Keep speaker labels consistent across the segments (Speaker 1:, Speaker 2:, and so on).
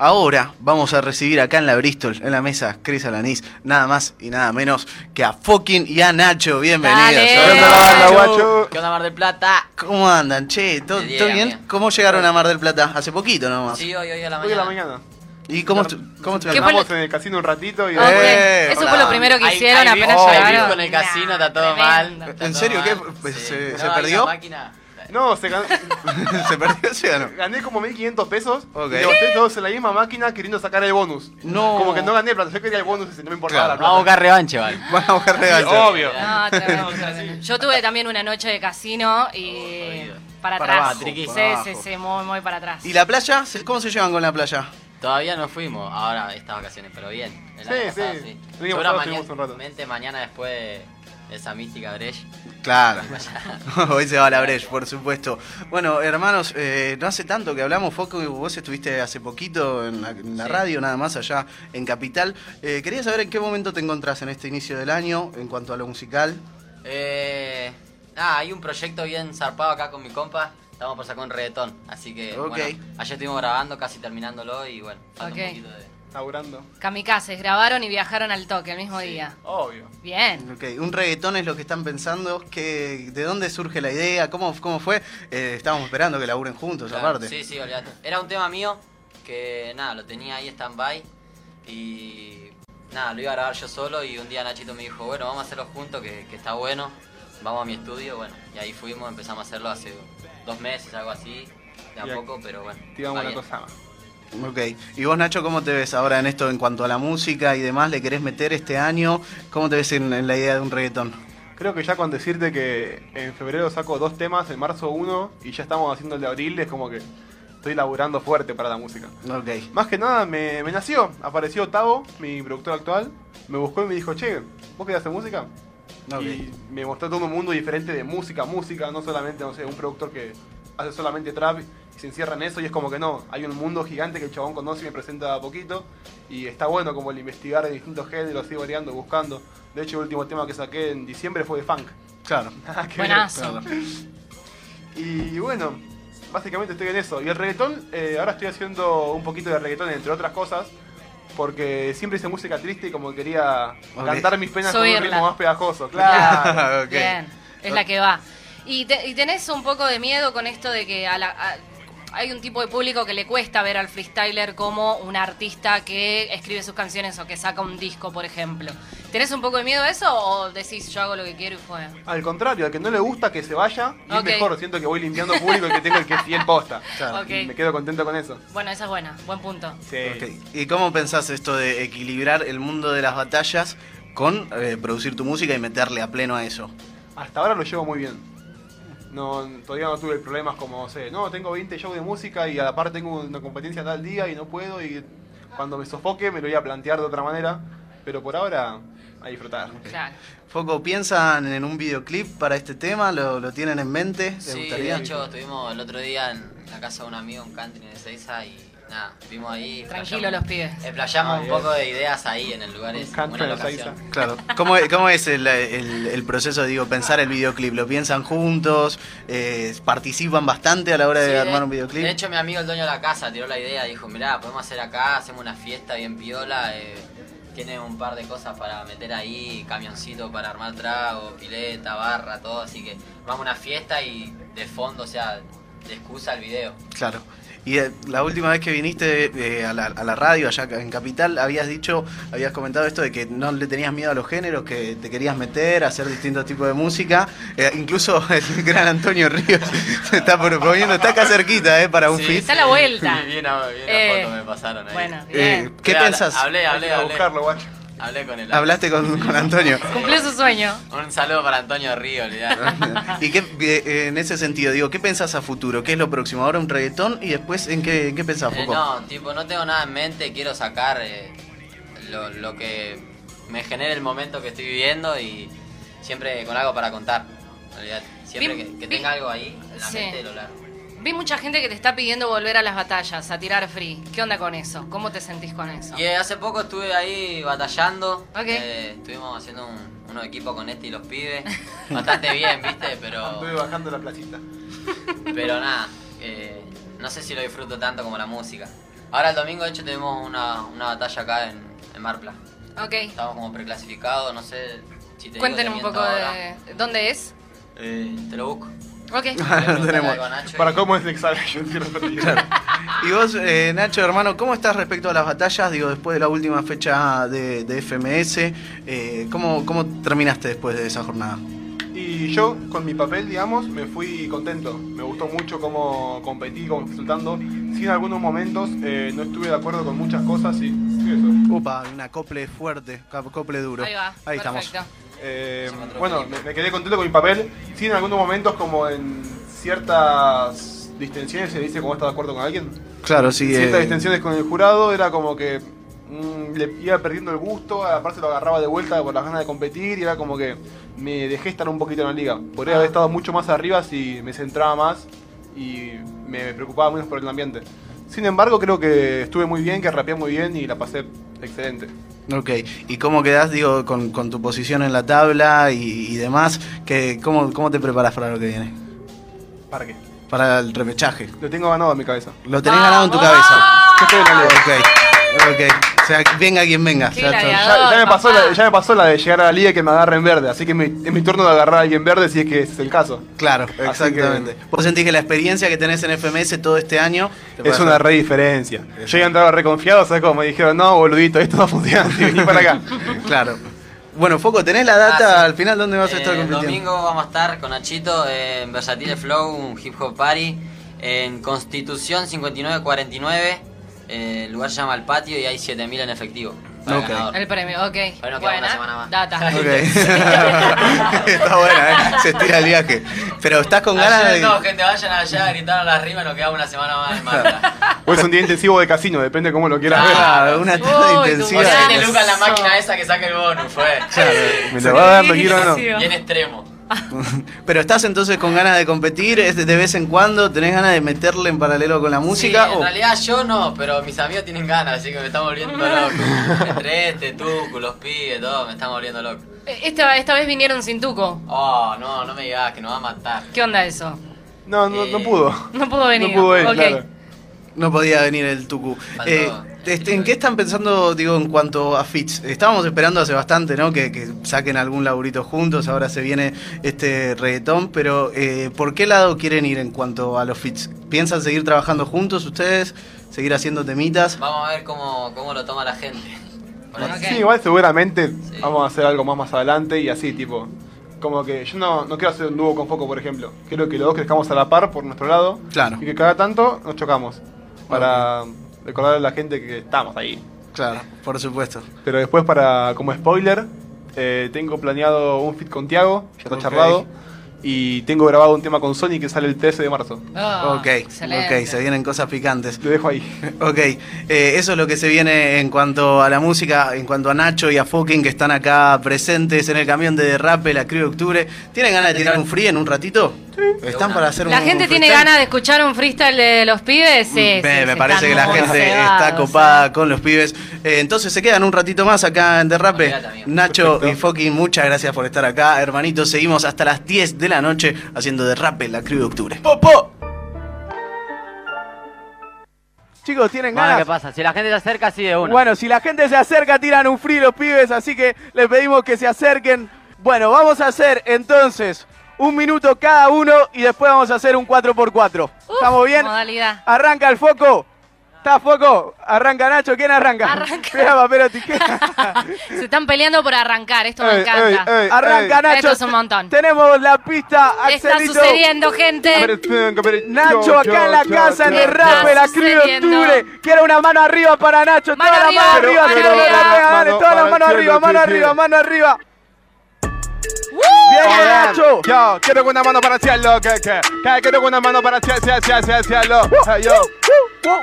Speaker 1: Ahora vamos a recibir acá en la Bristol, en la mesa, Cris Alanís, nada más y nada menos que a fucking y a Nacho. Bienvenidos.
Speaker 2: Dale.
Speaker 1: Hola,
Speaker 2: ¿Qué onda la banda,
Speaker 1: Nacho.
Speaker 3: guacho?
Speaker 2: ¿Qué onda Mar del Plata?
Speaker 1: ¿Cómo andan? Che, ¿todo,
Speaker 2: De diez,
Speaker 1: todo bien?
Speaker 2: amigo.
Speaker 1: ¿Cómo llegaron a Mar del Plata? Hace poquito nomás.
Speaker 2: Sí, hoy, hoy a la
Speaker 3: Hoy a la
Speaker 2: mañana.
Speaker 3: mañana.
Speaker 1: ¿Y cómo, estu- cómo
Speaker 4: ¿Qué
Speaker 1: estuvieron?
Speaker 4: fue lo-
Speaker 3: Vamos en el casino un ratito y
Speaker 4: Ok,
Speaker 3: después- Ah.
Speaker 1: Eh,
Speaker 4: Eso
Speaker 1: hola.
Speaker 4: fue lo primero que
Speaker 2: Hay-
Speaker 4: hicieron
Speaker 2: hay
Speaker 4: apenas
Speaker 2: virus, hay
Speaker 4: llegaron.
Speaker 2: virus en el casino, está todo
Speaker 4: Tremendo.
Speaker 2: mal.
Speaker 1: ¿En serio? ¿Qué? ¿Se- se perdió?
Speaker 3: No, se gan-
Speaker 1: ¿Se perdió ese o no?
Speaker 3: gané como 1500 pesos
Speaker 1: Ok.
Speaker 3: y lo gasté todos en la misma máquina queriendo sacar el bonus.
Speaker 1: No.
Speaker 3: Como que no gané plata, yo quería el bonus ese, no me importaba
Speaker 1: Claro, Ah,
Speaker 3: la
Speaker 2: Vamos a buscar revanche, vale.
Speaker 1: Van a buscar
Speaker 3: plata.
Speaker 1: revancha.
Speaker 3: Obvio.
Speaker 4: No, tremendo, tremendo. Yo tuve también una noche de casino y para
Speaker 1: Para
Speaker 4: atrás.
Speaker 1: abajo,
Speaker 4: Sí,
Speaker 1: para abajo.
Speaker 4: sí, sí, muy, muy para atrás.
Speaker 1: ¿Y la playa? ¿Se- ¿Cómo se llevan con la playa?
Speaker 2: Todavía no fuimos, ahora estas vacaciones, pero bien. El
Speaker 3: Sí,
Speaker 2: año pasado,
Speaker 3: sí.
Speaker 2: sí.
Speaker 3: Tuvimos
Speaker 2: Seguro
Speaker 3: rato,
Speaker 2: mañana,
Speaker 3: tuvimos un rato.
Speaker 2: mente mañana después de esa mística Bresh.
Speaker 1: Claro. Hoy se va a la Breche, por supuesto. Bueno, hermanos, eh, no hace tanto que hablamos, Foco, vos estuviste hace poquito en la, en la
Speaker 2: Sí.
Speaker 1: radio, nada más allá en Capital. Eh, quería saber en qué momento te encontrás en este inicio del año en cuanto a lo musical.
Speaker 2: Eh, nada, hay un proyecto bien zarpado acá con mi compa. Estamos por sacar un reggaetón, así que
Speaker 1: Ok.
Speaker 2: bueno, ayer estuvimos grabando, casi terminándolo y bueno, falta
Speaker 4: Ok.
Speaker 2: un poquito de...
Speaker 3: Laburando.
Speaker 4: Kamikazes grabaron y viajaron al toque el mismo día.
Speaker 3: Obvio.
Speaker 4: Bien.
Speaker 1: Ok, un reggaetón es lo que están pensando. ¿qué- ¿De dónde surge la idea? ¿Cómo, cómo fue? Eh, estábamos esperando que laburen juntos,
Speaker 2: Claro,
Speaker 1: aparte.
Speaker 2: Sí, sí, olvidate. Era un tema mío que nada, lo tenía ahí stand-by y nada, lo iba a grabar yo solo y un día Nachito me dijo, bueno, vamos a hacerlo juntos, que, que está bueno, vamos a mi estudio, bueno, y ahí fuimos, empezamos a hacerlo hace dos meses, algo así, de a
Speaker 3: Y ac-
Speaker 2: poco, pero bueno.
Speaker 3: Digamos
Speaker 2: va
Speaker 3: una
Speaker 2: bien.
Speaker 3: cosa más.
Speaker 1: Ok. ¿Y vos, Nacho, cómo te ves ahora en esto en cuanto a la música y demás? ¿Le querés meter este año? ¿Cómo te ves en, en la idea de un reggaetón?
Speaker 3: Creo que ya con decirte que en febrero saco dos temas, en marzo uno, y ya estamos haciendo el de abril, es como que estoy laburando fuerte para la música.
Speaker 1: Ok.
Speaker 3: Más que nada me, me nació, apareció Tavo, mi productor actual, me buscó y me dijo, che, ¿vos querés hacer música?
Speaker 1: Ok.
Speaker 3: Y me mostró todo un mundo diferente de música, música, no solamente, no sé, un productor que hace solamente trap y se encierra en eso y es como que no, hay un mundo gigante que el chabón conoce y me presenta a poquito y está bueno como el investigar de distintos géneros, ir variando, buscando. De hecho, el último tema que saqué en diciembre fue de funk.
Speaker 1: Claro.
Speaker 3: Nada que ver.
Speaker 4: Buenazo.
Speaker 3: Y bueno, básicamente estoy en eso. Y el reggaetón, eh, ahora estoy haciendo un poquito de reggaetón, entre otras cosas, porque siempre hice música triste y como quería
Speaker 1: Ok.
Speaker 3: cantar mis penas con un
Speaker 4: Subirla.
Speaker 3: ritmo más pegajoso, claro.
Speaker 1: Ok.
Speaker 4: Bien. Es la que va. Y, te- y tenés un poco de miedo con esto de que a la- a- hay un tipo de público que le cuesta ver al freestyler como un artista que escribe sus canciones o que saca un disco, por ejemplo. ¿Tenés un poco de miedo a eso o decís yo hago lo que quiero y fue?
Speaker 3: Al contrario, al que no le gusta que se vaya, y
Speaker 4: Ok.
Speaker 3: es mejor, siento que voy limpiando público y que tengo el que es fiel posta.
Speaker 1: Claro.
Speaker 4: Ok.
Speaker 3: Y me quedo contento con eso.
Speaker 4: Bueno, esa es buena, buen punto.
Speaker 3: Sí.
Speaker 1: Ok. ¿Y cómo pensás esto de equilibrar el mundo de las batallas con eh, producir tu música y meterle a pleno a eso?
Speaker 3: Hasta ahora lo llevo muy bien. No, todavía no tuve problemas como, no sé, no, tengo 20 shows de música y a la par tengo una competencia tal día y no puedo y cuando me sofoque me lo voy a plantear de otra manera. Pero por ahora, a disfrutar.
Speaker 4: Claro.
Speaker 1: Foco, ¿piensan en un videoclip para este tema? ¿Lo, lo tienen en mente? ¿Te
Speaker 2: Sí, de
Speaker 1: gustaría?
Speaker 2: hecho estuvimos el otro día en la casa de un amigo, un country en Ezeiza y nada, estuvimos ahí.
Speaker 4: Tranquilo
Speaker 2: explayamos-
Speaker 4: los pibes.
Speaker 2: Explayamos
Speaker 3: Ah,
Speaker 2: un
Speaker 3: bien.
Speaker 2: poco de ideas ahí en el lugar
Speaker 3: Un
Speaker 2: ese,
Speaker 3: country
Speaker 2: una
Speaker 3: en
Speaker 2: locación.
Speaker 3: Ezeiza.
Speaker 1: Claro. ¿Cómo, es- cómo es el, el- el proceso, digo, pensar el videoclip? ¿Lo piensan juntos? Eh, ¿Participan bastante a la hora de
Speaker 2: Sí,
Speaker 1: armar un videoclip?
Speaker 2: De hecho, mi amigo, el dueño de la casa, tiró la idea. Dijo, mirá, podemos hacer acá, hacemos una fiesta bien piola. eh, tiene un par de cosas para meter ahí, camioncito para armar trago, pileta, barra, todo. Así que vamos a una fiesta y de fondo, o sea, de excusa el video.
Speaker 1: Claro. Y eh, la última vez que viniste eh, a, la, a la radio allá en Capital, habías dicho, habías comentado esto de que no le tenías miedo a los géneros, que te querías meter, hacer distintos tipos de música. Eh, incluso el gran Antonio Ríos se está proponiendo, está acá cerquita, eh, para un
Speaker 2: Sí,
Speaker 1: fit.
Speaker 4: Está a la vuelta.
Speaker 2: Sí, bien, a- bien a
Speaker 4: Eh,
Speaker 2: foto me pasaron ahí.
Speaker 4: Bueno,
Speaker 1: Eh,
Speaker 4: bien.
Speaker 1: ¿Qué
Speaker 2: Habla-
Speaker 1: pensás?
Speaker 2: Hablé,
Speaker 3: Hay que ir
Speaker 2: hablé,
Speaker 3: a
Speaker 2: hablé.
Speaker 3: buscarlo, guacho.
Speaker 2: Hablé con él.
Speaker 1: Hablaste con, con Antonio.
Speaker 4: Cumplió su sueño.
Speaker 2: Un saludo para Antonio Río, olvidá.
Speaker 1: ¿Y qué, eh, en ese sentido, digo, qué pensás a futuro? ¿Qué es lo próximo? Ahora un reggaetón y después, ¿en qué, en qué pensás,
Speaker 2: Eh,
Speaker 1: Foco?
Speaker 2: no, tipo, no tengo nada en mente, quiero sacar eh, lo, lo que me genere el momento que estoy viviendo y siempre con algo para contar. en realidad. Siempre
Speaker 4: Bien,
Speaker 2: que, que
Speaker 4: bien.
Speaker 2: tenga algo ahí, en la
Speaker 4: Sí.
Speaker 2: mente lo largo.
Speaker 4: Vi mucha gente que te está pidiendo volver a las batallas, a tirar free. ¿Qué onda con eso? ¿Cómo te sentís con eso?
Speaker 2: Y eh, hace poco estuve ahí batallando,
Speaker 4: Ok.
Speaker 2: eh, estuvimos haciendo un, unos equipos con este y los pibes, bastante bien, viste, pero,
Speaker 3: Estuve bajando la placita.
Speaker 2: pero nada, eh, no sé si lo disfruto tanto como la música. Ahora el domingo, de hecho, tenemos una, una batalla acá en, en Marpla.
Speaker 4: Ok.
Speaker 2: Estamos como preclasificados, no sé si te
Speaker 4: Cuenten un
Speaker 2: digo, te
Speaker 4: poco
Speaker 2: miento ahora.
Speaker 4: de. ¿Dónde es?
Speaker 2: Eh, te lo busco.
Speaker 4: Ok.
Speaker 2: Le preguntaré
Speaker 1: tenemos.
Speaker 2: algo a Nacho y-
Speaker 3: ¿Para cómo es el examen? Yo quiero repetir.
Speaker 1: Y vos, eh, Nacho, hermano, ¿cómo estás respecto a las batallas? Digo, después de la última fecha de, de FMS, eh, ¿cómo, ¿cómo terminaste después de esa jornada?
Speaker 3: Y yo, con mi papel, digamos, me fui contento. Me gustó mucho cómo competí, cómo fui soltando. Sí, en algunos momentos eh, no estuve de acuerdo con muchas cosas. Sí, sí, eso.
Speaker 1: Upa, un acople fuerte, acople duro.
Speaker 4: Ahí va.
Speaker 1: Ahí
Speaker 4: perfecto.
Speaker 1: estamos.
Speaker 3: Eh,
Speaker 2: Se me atropelló.
Speaker 3: bueno, me, me quedé contento con mi papel. Sí, en algunos momentos, como en ciertas distensiones, se dice cómo está de acuerdo con alguien.
Speaker 1: Claro, sí. eh,
Speaker 3: Ciertas distensiones con el jurado, era como que mm, le iba perdiendo el gusto, a la parte lo agarraba de vuelta por las ganas de competir y era como que me dejé estar un poquito en la liga. Podría haber estado mucho más arriba si me centraba más y me preocupaba menos por el ambiente. Sin embargo, creo que estuve muy bien, que rapeé muy bien y la pasé excelente.
Speaker 1: Ok, ¿y cómo quedás, digo, con, con tu posición en la tabla y, y demás? ¿Qué, cómo, ¿Cómo te preparas para lo que viene?
Speaker 3: ¿Para qué?
Speaker 1: Para el repechaje.
Speaker 3: Lo tengo ganado en mi cabeza.
Speaker 1: Lo tenés ganado en tu cabeza.
Speaker 3: Yo estoy en la liga.
Speaker 1: Ok, ok. O sea, venga quien venga.
Speaker 4: Qué
Speaker 1: O sea,
Speaker 4: gladiador.
Speaker 3: Ya, ya me pasó
Speaker 4: Papá.
Speaker 3: la, ya me pasó la de llegar a la liga y que me agarren verde, así que mi- es mi turno de agarrar a alguien verde si es que es el caso.
Speaker 1: Claro, exactamente. Vos sentís que la experiencia que tenés en FMS todo este año te puede
Speaker 3: Es una
Speaker 1: hacer-
Speaker 3: re diferencia. Yo ya andaba re confiado, ¿sabes cómo? Me dijeron, no, boludito, esto no funciona, sí, vení para acá.
Speaker 1: Claro. Bueno, Foco, ¿tenés la data
Speaker 2: Ah, sí.
Speaker 1: al final dónde vas a
Speaker 2: Eh,
Speaker 1: estar
Speaker 2: El
Speaker 1: compitiendo?
Speaker 2: domingo vamos a estar con Nachito eh, en Versatile Flow, un hip hop party, en Constitución 5949. eh, el lugar se llama El Patio y hay 7000 en efectivo. Para
Speaker 1: Ok.
Speaker 2: el ganador.
Speaker 4: El premio, ok.
Speaker 2: Bueno, queda una
Speaker 4: Buena
Speaker 2: semana más.
Speaker 4: Data.
Speaker 1: Ok. Está buena, ¿eh? se estira el viaje. Pero estás con ganas
Speaker 2: Ayuden todos,
Speaker 1: de.
Speaker 2: gente, vayan allá a gritar a las rimas, nos quedamos una semana más en Marta.
Speaker 3: O es un día intensivo de casino, depende cómo lo quieras
Speaker 4: Ah.
Speaker 3: ver.
Speaker 1: Claro, Ah, una tarde
Speaker 4: Uy, tu
Speaker 1: intensiva.
Speaker 2: O sea,
Speaker 4: Claro.
Speaker 2: tiene Luca en la máquina esa que saca el bonus, fue.
Speaker 3: Me lo va a dar, lo quiero o no.
Speaker 4: Sí.
Speaker 2: Bien extremo.
Speaker 1: Pero estás entonces con ganas de competir, es de de vez en cuando, tenés ganas de meterle en paralelo con la música.
Speaker 2: Sí, en
Speaker 1: o-
Speaker 2: realidad yo no, pero mis amigos tienen ganas, así que me están volviendo loco. Entre este, Tucu, los pibes, todo, me están volviendo loco.
Speaker 4: Eh, Esta, esta vez vinieron sin tuco.
Speaker 2: Oh, no, no me digas que nos va a matar.
Speaker 4: ¿Qué onda eso?
Speaker 3: No, no, no pudo.
Speaker 4: No pudo venir.
Speaker 3: No pudo él,
Speaker 4: Ok.
Speaker 3: claro.
Speaker 1: No podía venir el Tucu.
Speaker 2: Faltó.
Speaker 1: Eh, este, ¿En qué están pensando, digo, en cuanto a Fitz? Estábamos esperando hace bastante, ¿no? Que, que saquen algún laburito juntos, ahora se viene este reggaetón, pero eh, ¿por qué lado quieren ir en cuanto a los Fits? ¿Piensan seguir trabajando juntos ustedes? ¿Seguir haciendo temitas?
Speaker 2: Vamos a ver cómo, cómo lo toma la gente. Por ahí
Speaker 4: Ok.
Speaker 2: sí.
Speaker 3: Sí, igual seguramente vamos a hacer algo más más adelante y así, tipo. Como que yo no, no quiero hacer un dúo con Foco, por ejemplo. Quiero que los dos crezcamos a la par por nuestro lado.
Speaker 1: Claro.
Speaker 3: Y que cada tanto nos chocamos. Para recordar a la gente que estamos ahí.
Speaker 1: Claro, por supuesto.
Speaker 3: Pero después, para como spoiler, eh, tengo planeado un fit con Tiago, ya está
Speaker 1: Ok.
Speaker 3: charlado. Y tengo grabado un tema con Sony que sale el 13 de marzo.
Speaker 4: Ah,
Speaker 1: ok,
Speaker 4: excelente.
Speaker 1: ok, se vienen cosas picantes.
Speaker 3: Lo dejo ahí.
Speaker 1: Ok, eh, eso es lo que se viene en cuanto a la música, en cuanto a Nacho y a Fokin que están acá presentes en el camión de derrape, la Cruz de octubre. ¿Tienen ganas de tirar un free en un ratito? ¿Están
Speaker 2: una.
Speaker 1: para hacer un
Speaker 4: La gente tiene
Speaker 1: freestyle?
Speaker 4: ganas de escuchar un freestyle de los pibes. Sí, sí,
Speaker 1: me
Speaker 4: sí,
Speaker 1: me parece
Speaker 4: están
Speaker 1: que la
Speaker 4: muy
Speaker 1: gente
Speaker 4: cebados,
Speaker 1: está copada con los pibes. Eh, entonces se quedan un ratito más acá en Derrape.
Speaker 2: Olvídate, amigo.
Speaker 1: Nacho
Speaker 3: Perfecto.
Speaker 1: y Fokin, muchas gracias por estar acá, hermanitos. Seguimos hasta las 10 de la noche haciendo Derrape, la Cruz de octubre. ¡Popo!
Speaker 5: Chicos, tienen
Speaker 6: Bueno, ¿qué
Speaker 5: ganas.
Speaker 6: pasa? Si la gente se acerca, sí de una.
Speaker 5: Bueno, si la gente se acerca, tiran un free los pibes, así que les pedimos que se acerquen. Bueno, vamos a hacer entonces un minuto cada uno y después vamos a hacer un 4x4.
Speaker 4: Uf,
Speaker 5: ¿Estamos bien?
Speaker 4: Modalidad.
Speaker 5: Arranca el foco. ¿Está foco? Arranca Nacho, ¿quién arranca?
Speaker 4: Arranca.
Speaker 5: Piedra, papel o tijera.
Speaker 4: Se están peleando por arrancar, esto me
Speaker 3: Ey,
Speaker 4: encanta.
Speaker 3: ey, ey,
Speaker 5: Arranca
Speaker 3: ey.
Speaker 5: Nacho.
Speaker 4: Esto es un montón.
Speaker 5: Tenemos la pista,
Speaker 4: Está
Speaker 5: Axelito.
Speaker 4: sucediendo, gente.
Speaker 5: Nacho acá en la casa en
Speaker 4: yo,
Speaker 5: el
Speaker 4: yo.
Speaker 5: rap, eh, la
Speaker 4: Está
Speaker 5: Cruz de
Speaker 4: sucediendo.
Speaker 5: octubre. Quiero una mano arriba para Nacho.
Speaker 4: Mano
Speaker 5: Todas las
Speaker 4: arriba,
Speaker 5: manos
Speaker 4: mano
Speaker 5: arriba, todas las
Speaker 4: arriba.
Speaker 5: manos arriba, dale,
Speaker 3: Mano,
Speaker 5: todas las
Speaker 3: mano,
Speaker 5: manos arriba,
Speaker 3: chill,
Speaker 5: mano
Speaker 3: chill,
Speaker 5: arriba,
Speaker 3: chill.
Speaker 5: mano arriba. Bien, Nacho.
Speaker 3: Yo quiero una mano para el cielo, que que que quiero una mano para el cielo, cielo, cielo, cielo, cielo. Hey, yo.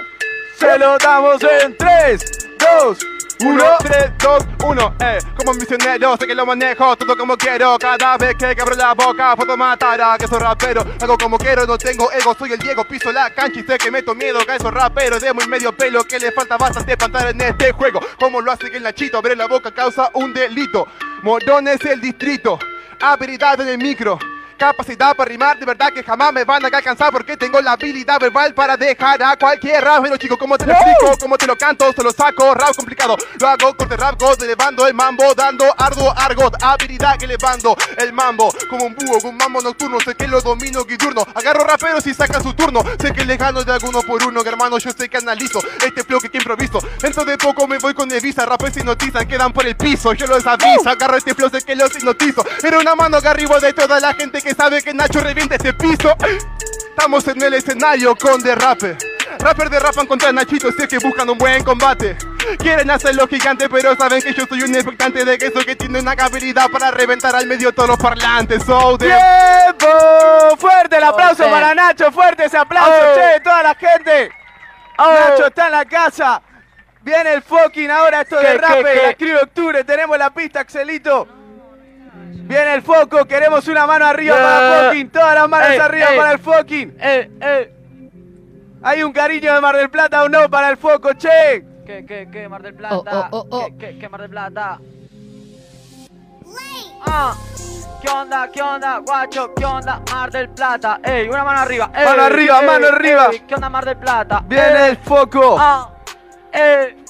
Speaker 5: Se lo damos en 3, 2, 1.
Speaker 3: Uno, tres, dos, uno, eh. Como misionero, sé que lo manejo todo como quiero. Cada vez que abro la boca, puedo matar a que esos raperos. Hago como quiero, no tengo ego, soy el Diego. Piso la cancha y sé que meto miedo a esos raperos. Demo y medio pelo que le falta bastante para entrar en este juego. Como lo hace que el Nachito, abre la boca causa un delito. Morón es el distrito, habilidad en el micro. capacidad para rimar, de verdad que jamás me van a alcanzar porque tengo la habilidad verbal para dejar a cualquier rap. Pero chico, como te lo explico, como te lo canto, se lo saco, rap complicado. Lo hago corte rap, god, elevando el mambo, dando arduo argot, habilidad que elevando el mambo. Como un búho, con un mambo nocturno, sé que lo domino guiturno. Agarro raperos y sacan su turno, sé que les gano de alguno por uno, que hermano, yo sé que analizo este flow que improviso. Dentro de poco me voy con el visa, rapes hipnotizan, quedan por el piso, yo los aviso, agarro este flow, sé que los hipnotizo. Era una mano que arriba de toda la gente que sabe que Nacho revienta este piso. Estamos en el escenario con derrape. Rapper derrapan contra Nachito, si es que buscan un buen combate. Quieren hacerlo gigante, pero saben que yo soy un expectante de que eso que tiene una habilidad para reventar al medio todos los parlantes. So de-
Speaker 5: ¡Tiempo! ¡Fuerte el aplauso
Speaker 4: Fuerte.
Speaker 5: para Nacho! ¡Fuerte ese aplauso,
Speaker 3: Oh.
Speaker 5: che, de toda la gente!
Speaker 6: Oh.
Speaker 5: Nacho está en la casa. Viene el fucking ahora, esto
Speaker 3: ¿Qué,
Speaker 5: de
Speaker 3: qué,
Speaker 5: rap,
Speaker 3: qué?
Speaker 5: la escribe octubre, tenemos la pista, Axelito. Viene el foco, queremos una mano arriba
Speaker 6: Yeah.
Speaker 5: para fucking, todas las manos
Speaker 6: Ey,
Speaker 5: arriba
Speaker 6: ey.
Speaker 5: para el fucking.
Speaker 6: Eh, eh.
Speaker 5: Hay un cariño de Mar del Plata o no para el foco, che.
Speaker 6: ¿Qué, qué, qué, Mar del Plata?
Speaker 4: Oh, oh, oh, oh.
Speaker 6: ¿Qué, qué, qué, Mar del Plata? Ah, ¿Qué onda, qué onda, guacho? ¿Qué onda, Mar del Plata? Ey, una mano arriba. Ey,
Speaker 5: Mano arriba,
Speaker 6: ey,
Speaker 5: mano
Speaker 6: ey,
Speaker 5: arriba.
Speaker 6: ¿Qué onda, Mar del Plata?
Speaker 5: Viene
Speaker 6: Ey,
Speaker 5: el foco.
Speaker 6: Eh. ah, ey,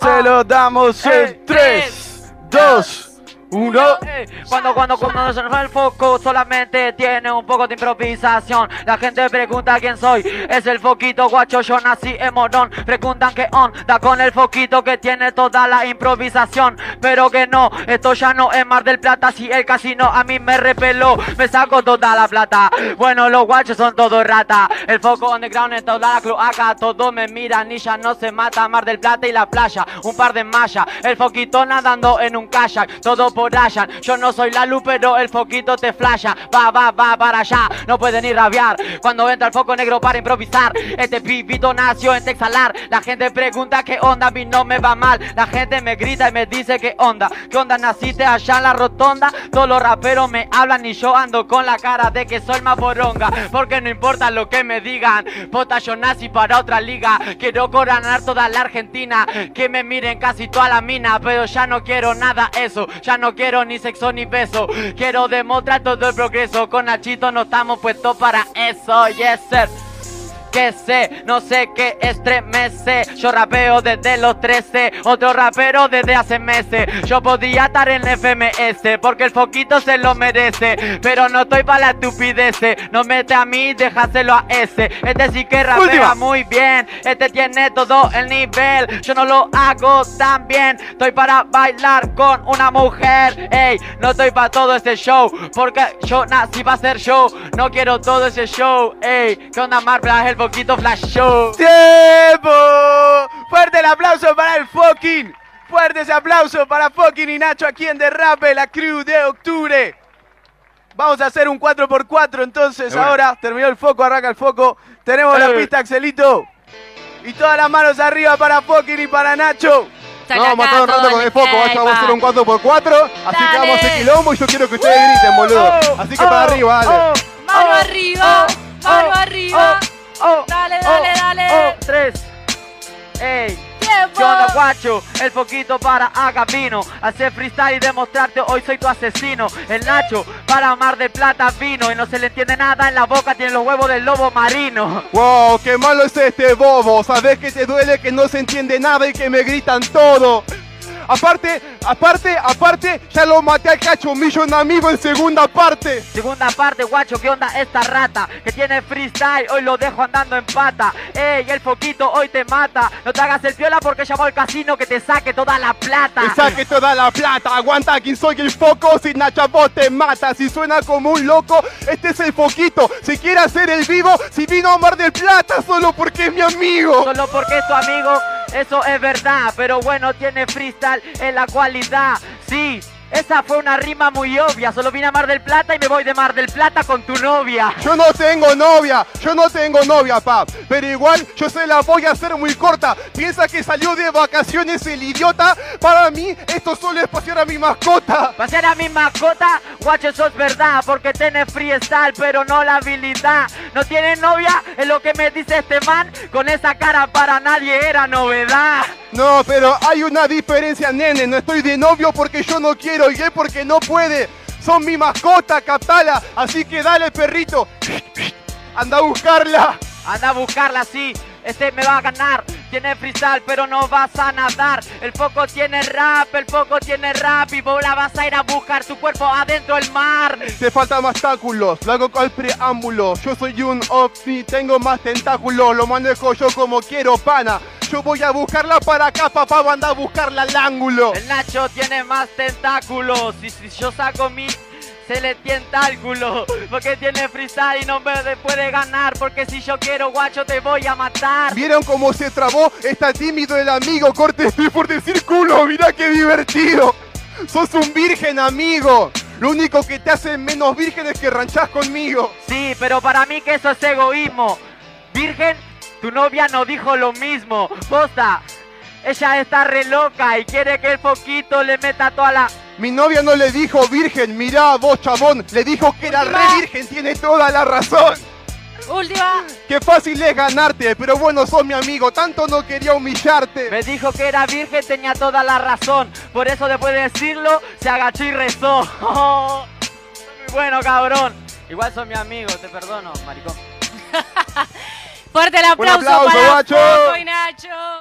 Speaker 6: ah.
Speaker 5: Se lo damos
Speaker 6: Ey,
Speaker 5: en 3, 2, 1.
Speaker 6: Eh, Cuando, cuando, cuando se nos va el foco, solamente tiene un poco de improvisación. La gente pregunta quién soy, es el foquito guacho, yo nací en Morón. Preguntan qué onda con el foquito que tiene toda la improvisación. Pero que no, esto ya no es Mar del Plata, si el casino a mí me repeló, me saco toda la plata. Bueno, los guachos son todos rata. El foco underground en toda la cloaca, todos me miran y ya no se mata. Mar del Plata y la playa, un par de mallas. El foquito nadando en un kayak, todo por allá. Yo no soy la luz, pero el foquito te flasha. Va, va, va para allá, no pueden ni rabiar. Cuando entra el foco negro para improvisar, este pibito nació en Texalar. La gente pregunta qué onda, a mí no me va mal. La gente me grita y me dice qué onda, qué onda naciste allá en la rotonda. Todos los raperos me hablan y yo ando con la cara de que soy el más boronga. Porque no importa lo que me digan, pota yo nací para otra liga. Quiero coronar toda la Argentina, que me miren casi toda la mina. Pero ya no quiero nada eso, ya no quiero ni sexo ni beso. Quiero demostrar todo el progreso. Con Nachito no estamos puestos para eso, yes sir. Que sé, no sé qué estremece. Yo rapeo desde los 13, otro rapero desde hace meses. Yo podía estar en FMS porque el foquito se lo merece. Pero no estoy para la estupidez. No mete a mí, déjaselo a ese. Este sí que rapea
Speaker 5: Última.
Speaker 6: muy bien. Este tiene todo el nivel. Yo no lo hago tan bien. Estoy para bailar con una mujer. Ey, no estoy para todo ese show. Porque yo nací para hacer show. No quiero todo ese show. Ey, ¿qué onda, Marpla? Es el poquito flash show.
Speaker 5: ¡Tiempo! Fuerte el aplauso para el fucking. Fuerte ese aplauso para fucking y Nacho aquí en Derrape, la crew de octubre. Vamos a hacer un 4x4 entonces ahora. Terminó el foco, arranca el foco. Tenemos
Speaker 3: Eh.
Speaker 5: la pista, Axelito. Y todas las manos arriba para fucking y para Nacho.
Speaker 3: No, vamos a estar un rato con el foco, vaya, vamos a hacer un 4x4, así que
Speaker 4: Dale.
Speaker 3: vamos a hacer quilombo y yo quiero que ustedes
Speaker 6: Uh,
Speaker 3: griten, boludo.
Speaker 6: oh,
Speaker 3: Así que para arriba, dale.
Speaker 4: Mano arriba, mano arriba.
Speaker 6: Oh,
Speaker 4: Dale, dale, dale.
Speaker 6: Oh, tres. Ey.
Speaker 4: Tiempo.
Speaker 6: Yo onda guacho, el poquito para Agapino Hacer freestyle y demostrarte hoy soy tu asesino El Nacho para Mar del Plata vino Y no se le entiende nada en la boca Tiene los huevos del lobo marino
Speaker 3: Wow, qué malo es este bobo. Sabes que te duele que no se entiende nada y que me gritan todo. Aparte, aparte, aparte, ya lo maté al cacho, millón amigo en segunda parte.
Speaker 6: Segunda parte, guacho, ¿qué onda esta rata? Que tiene freestyle, hoy lo dejo andando en pata. Ey, el foquito hoy te mata. No te hagas el piola porque llamó al casino que te saque toda la plata.
Speaker 3: Que saque toda la plata, aguanta aquí soy el foco, si Nacha vos te mata, si suena como un loco, este es el foquito, si quiere hacer el vivo, si vino a Mar del Plata solo porque es mi amigo.
Speaker 6: Solo porque es tu amigo, eso es verdad. Pero bueno, tiene freestyle en la cualidad. Sí, esa fue una rima muy obvia. Solo vine a Mar del Plata y me voy de Mar del Plata con tu novia.
Speaker 3: Yo no tengo novia, yo no tengo novia, pap. Pero igual yo se la voy a hacer muy corta. Piensa que salió de vacaciones el idiota. Para mí, esto solo es pasear a mi mascota.
Speaker 6: Pasear a mi mascota, guacho, eso es verdad, porque tiene freestyle, pero no la habilidad. No tiene novia, es lo que me dice este man, con esa cara para nadie era novedad.
Speaker 3: No, pero hay una diferencia, nene. No estoy de novio porque yo no quiero y él porque no puede.
Speaker 5: Son mi mascota, captala. Así que dale, perrito. Anda a buscarla.
Speaker 6: Anda a buscarla así. Este me va a ganar. Tiene freestyle, pero no vas a nadar. El poco tiene rap, el poco tiene rap. Y vos la vas a ir a buscar tu cuerpo adentro del mar.
Speaker 5: Te faltan más táculos, lo hago con el preámbulo. Yo soy un ovni, tengo más tentáculos, lo manejo yo como quiero, pana. Yo voy a buscarla para acá, papá, anda a buscarla al ángulo.
Speaker 6: El Nacho tiene más tentáculos. Y si yo saco mi. Se le tienta el culo, porque tiene freestyle y no me de- puede ganar. Porque si yo quiero, guacho, te voy a matar.
Speaker 5: ¿Vieron cómo se trabó? Está tímido el amigo, corte estoy por decir culo, mirá qué divertido. Sos un virgen, amigo. Lo único que te hace menos virgen es que ranchás conmigo.
Speaker 6: Sí, pero para mí que eso es egoísmo. Virgen, tu novia no dijo lo mismo. Posta, ella está re loca y quiere que el foquito le meta toda la...
Speaker 5: Mi novia no le dijo virgen, mirá a vos, chabón. Le dijo que era re virgen, tiene toda la razón.
Speaker 4: Última.
Speaker 5: Qué fácil es ganarte, pero bueno, sos mi amigo, tanto no quería humillarte.
Speaker 6: Me dijo que era virgen, tenía toda la razón. Por eso después de decirlo, se agachó y rezó. Soy muy bueno, cabrón. Igual son mi amigo, te perdono, maricón.
Speaker 4: Fuerte el aplauso,
Speaker 5: aplauso,
Speaker 4: para
Speaker 5: guacho.
Speaker 4: Foco y Nacho.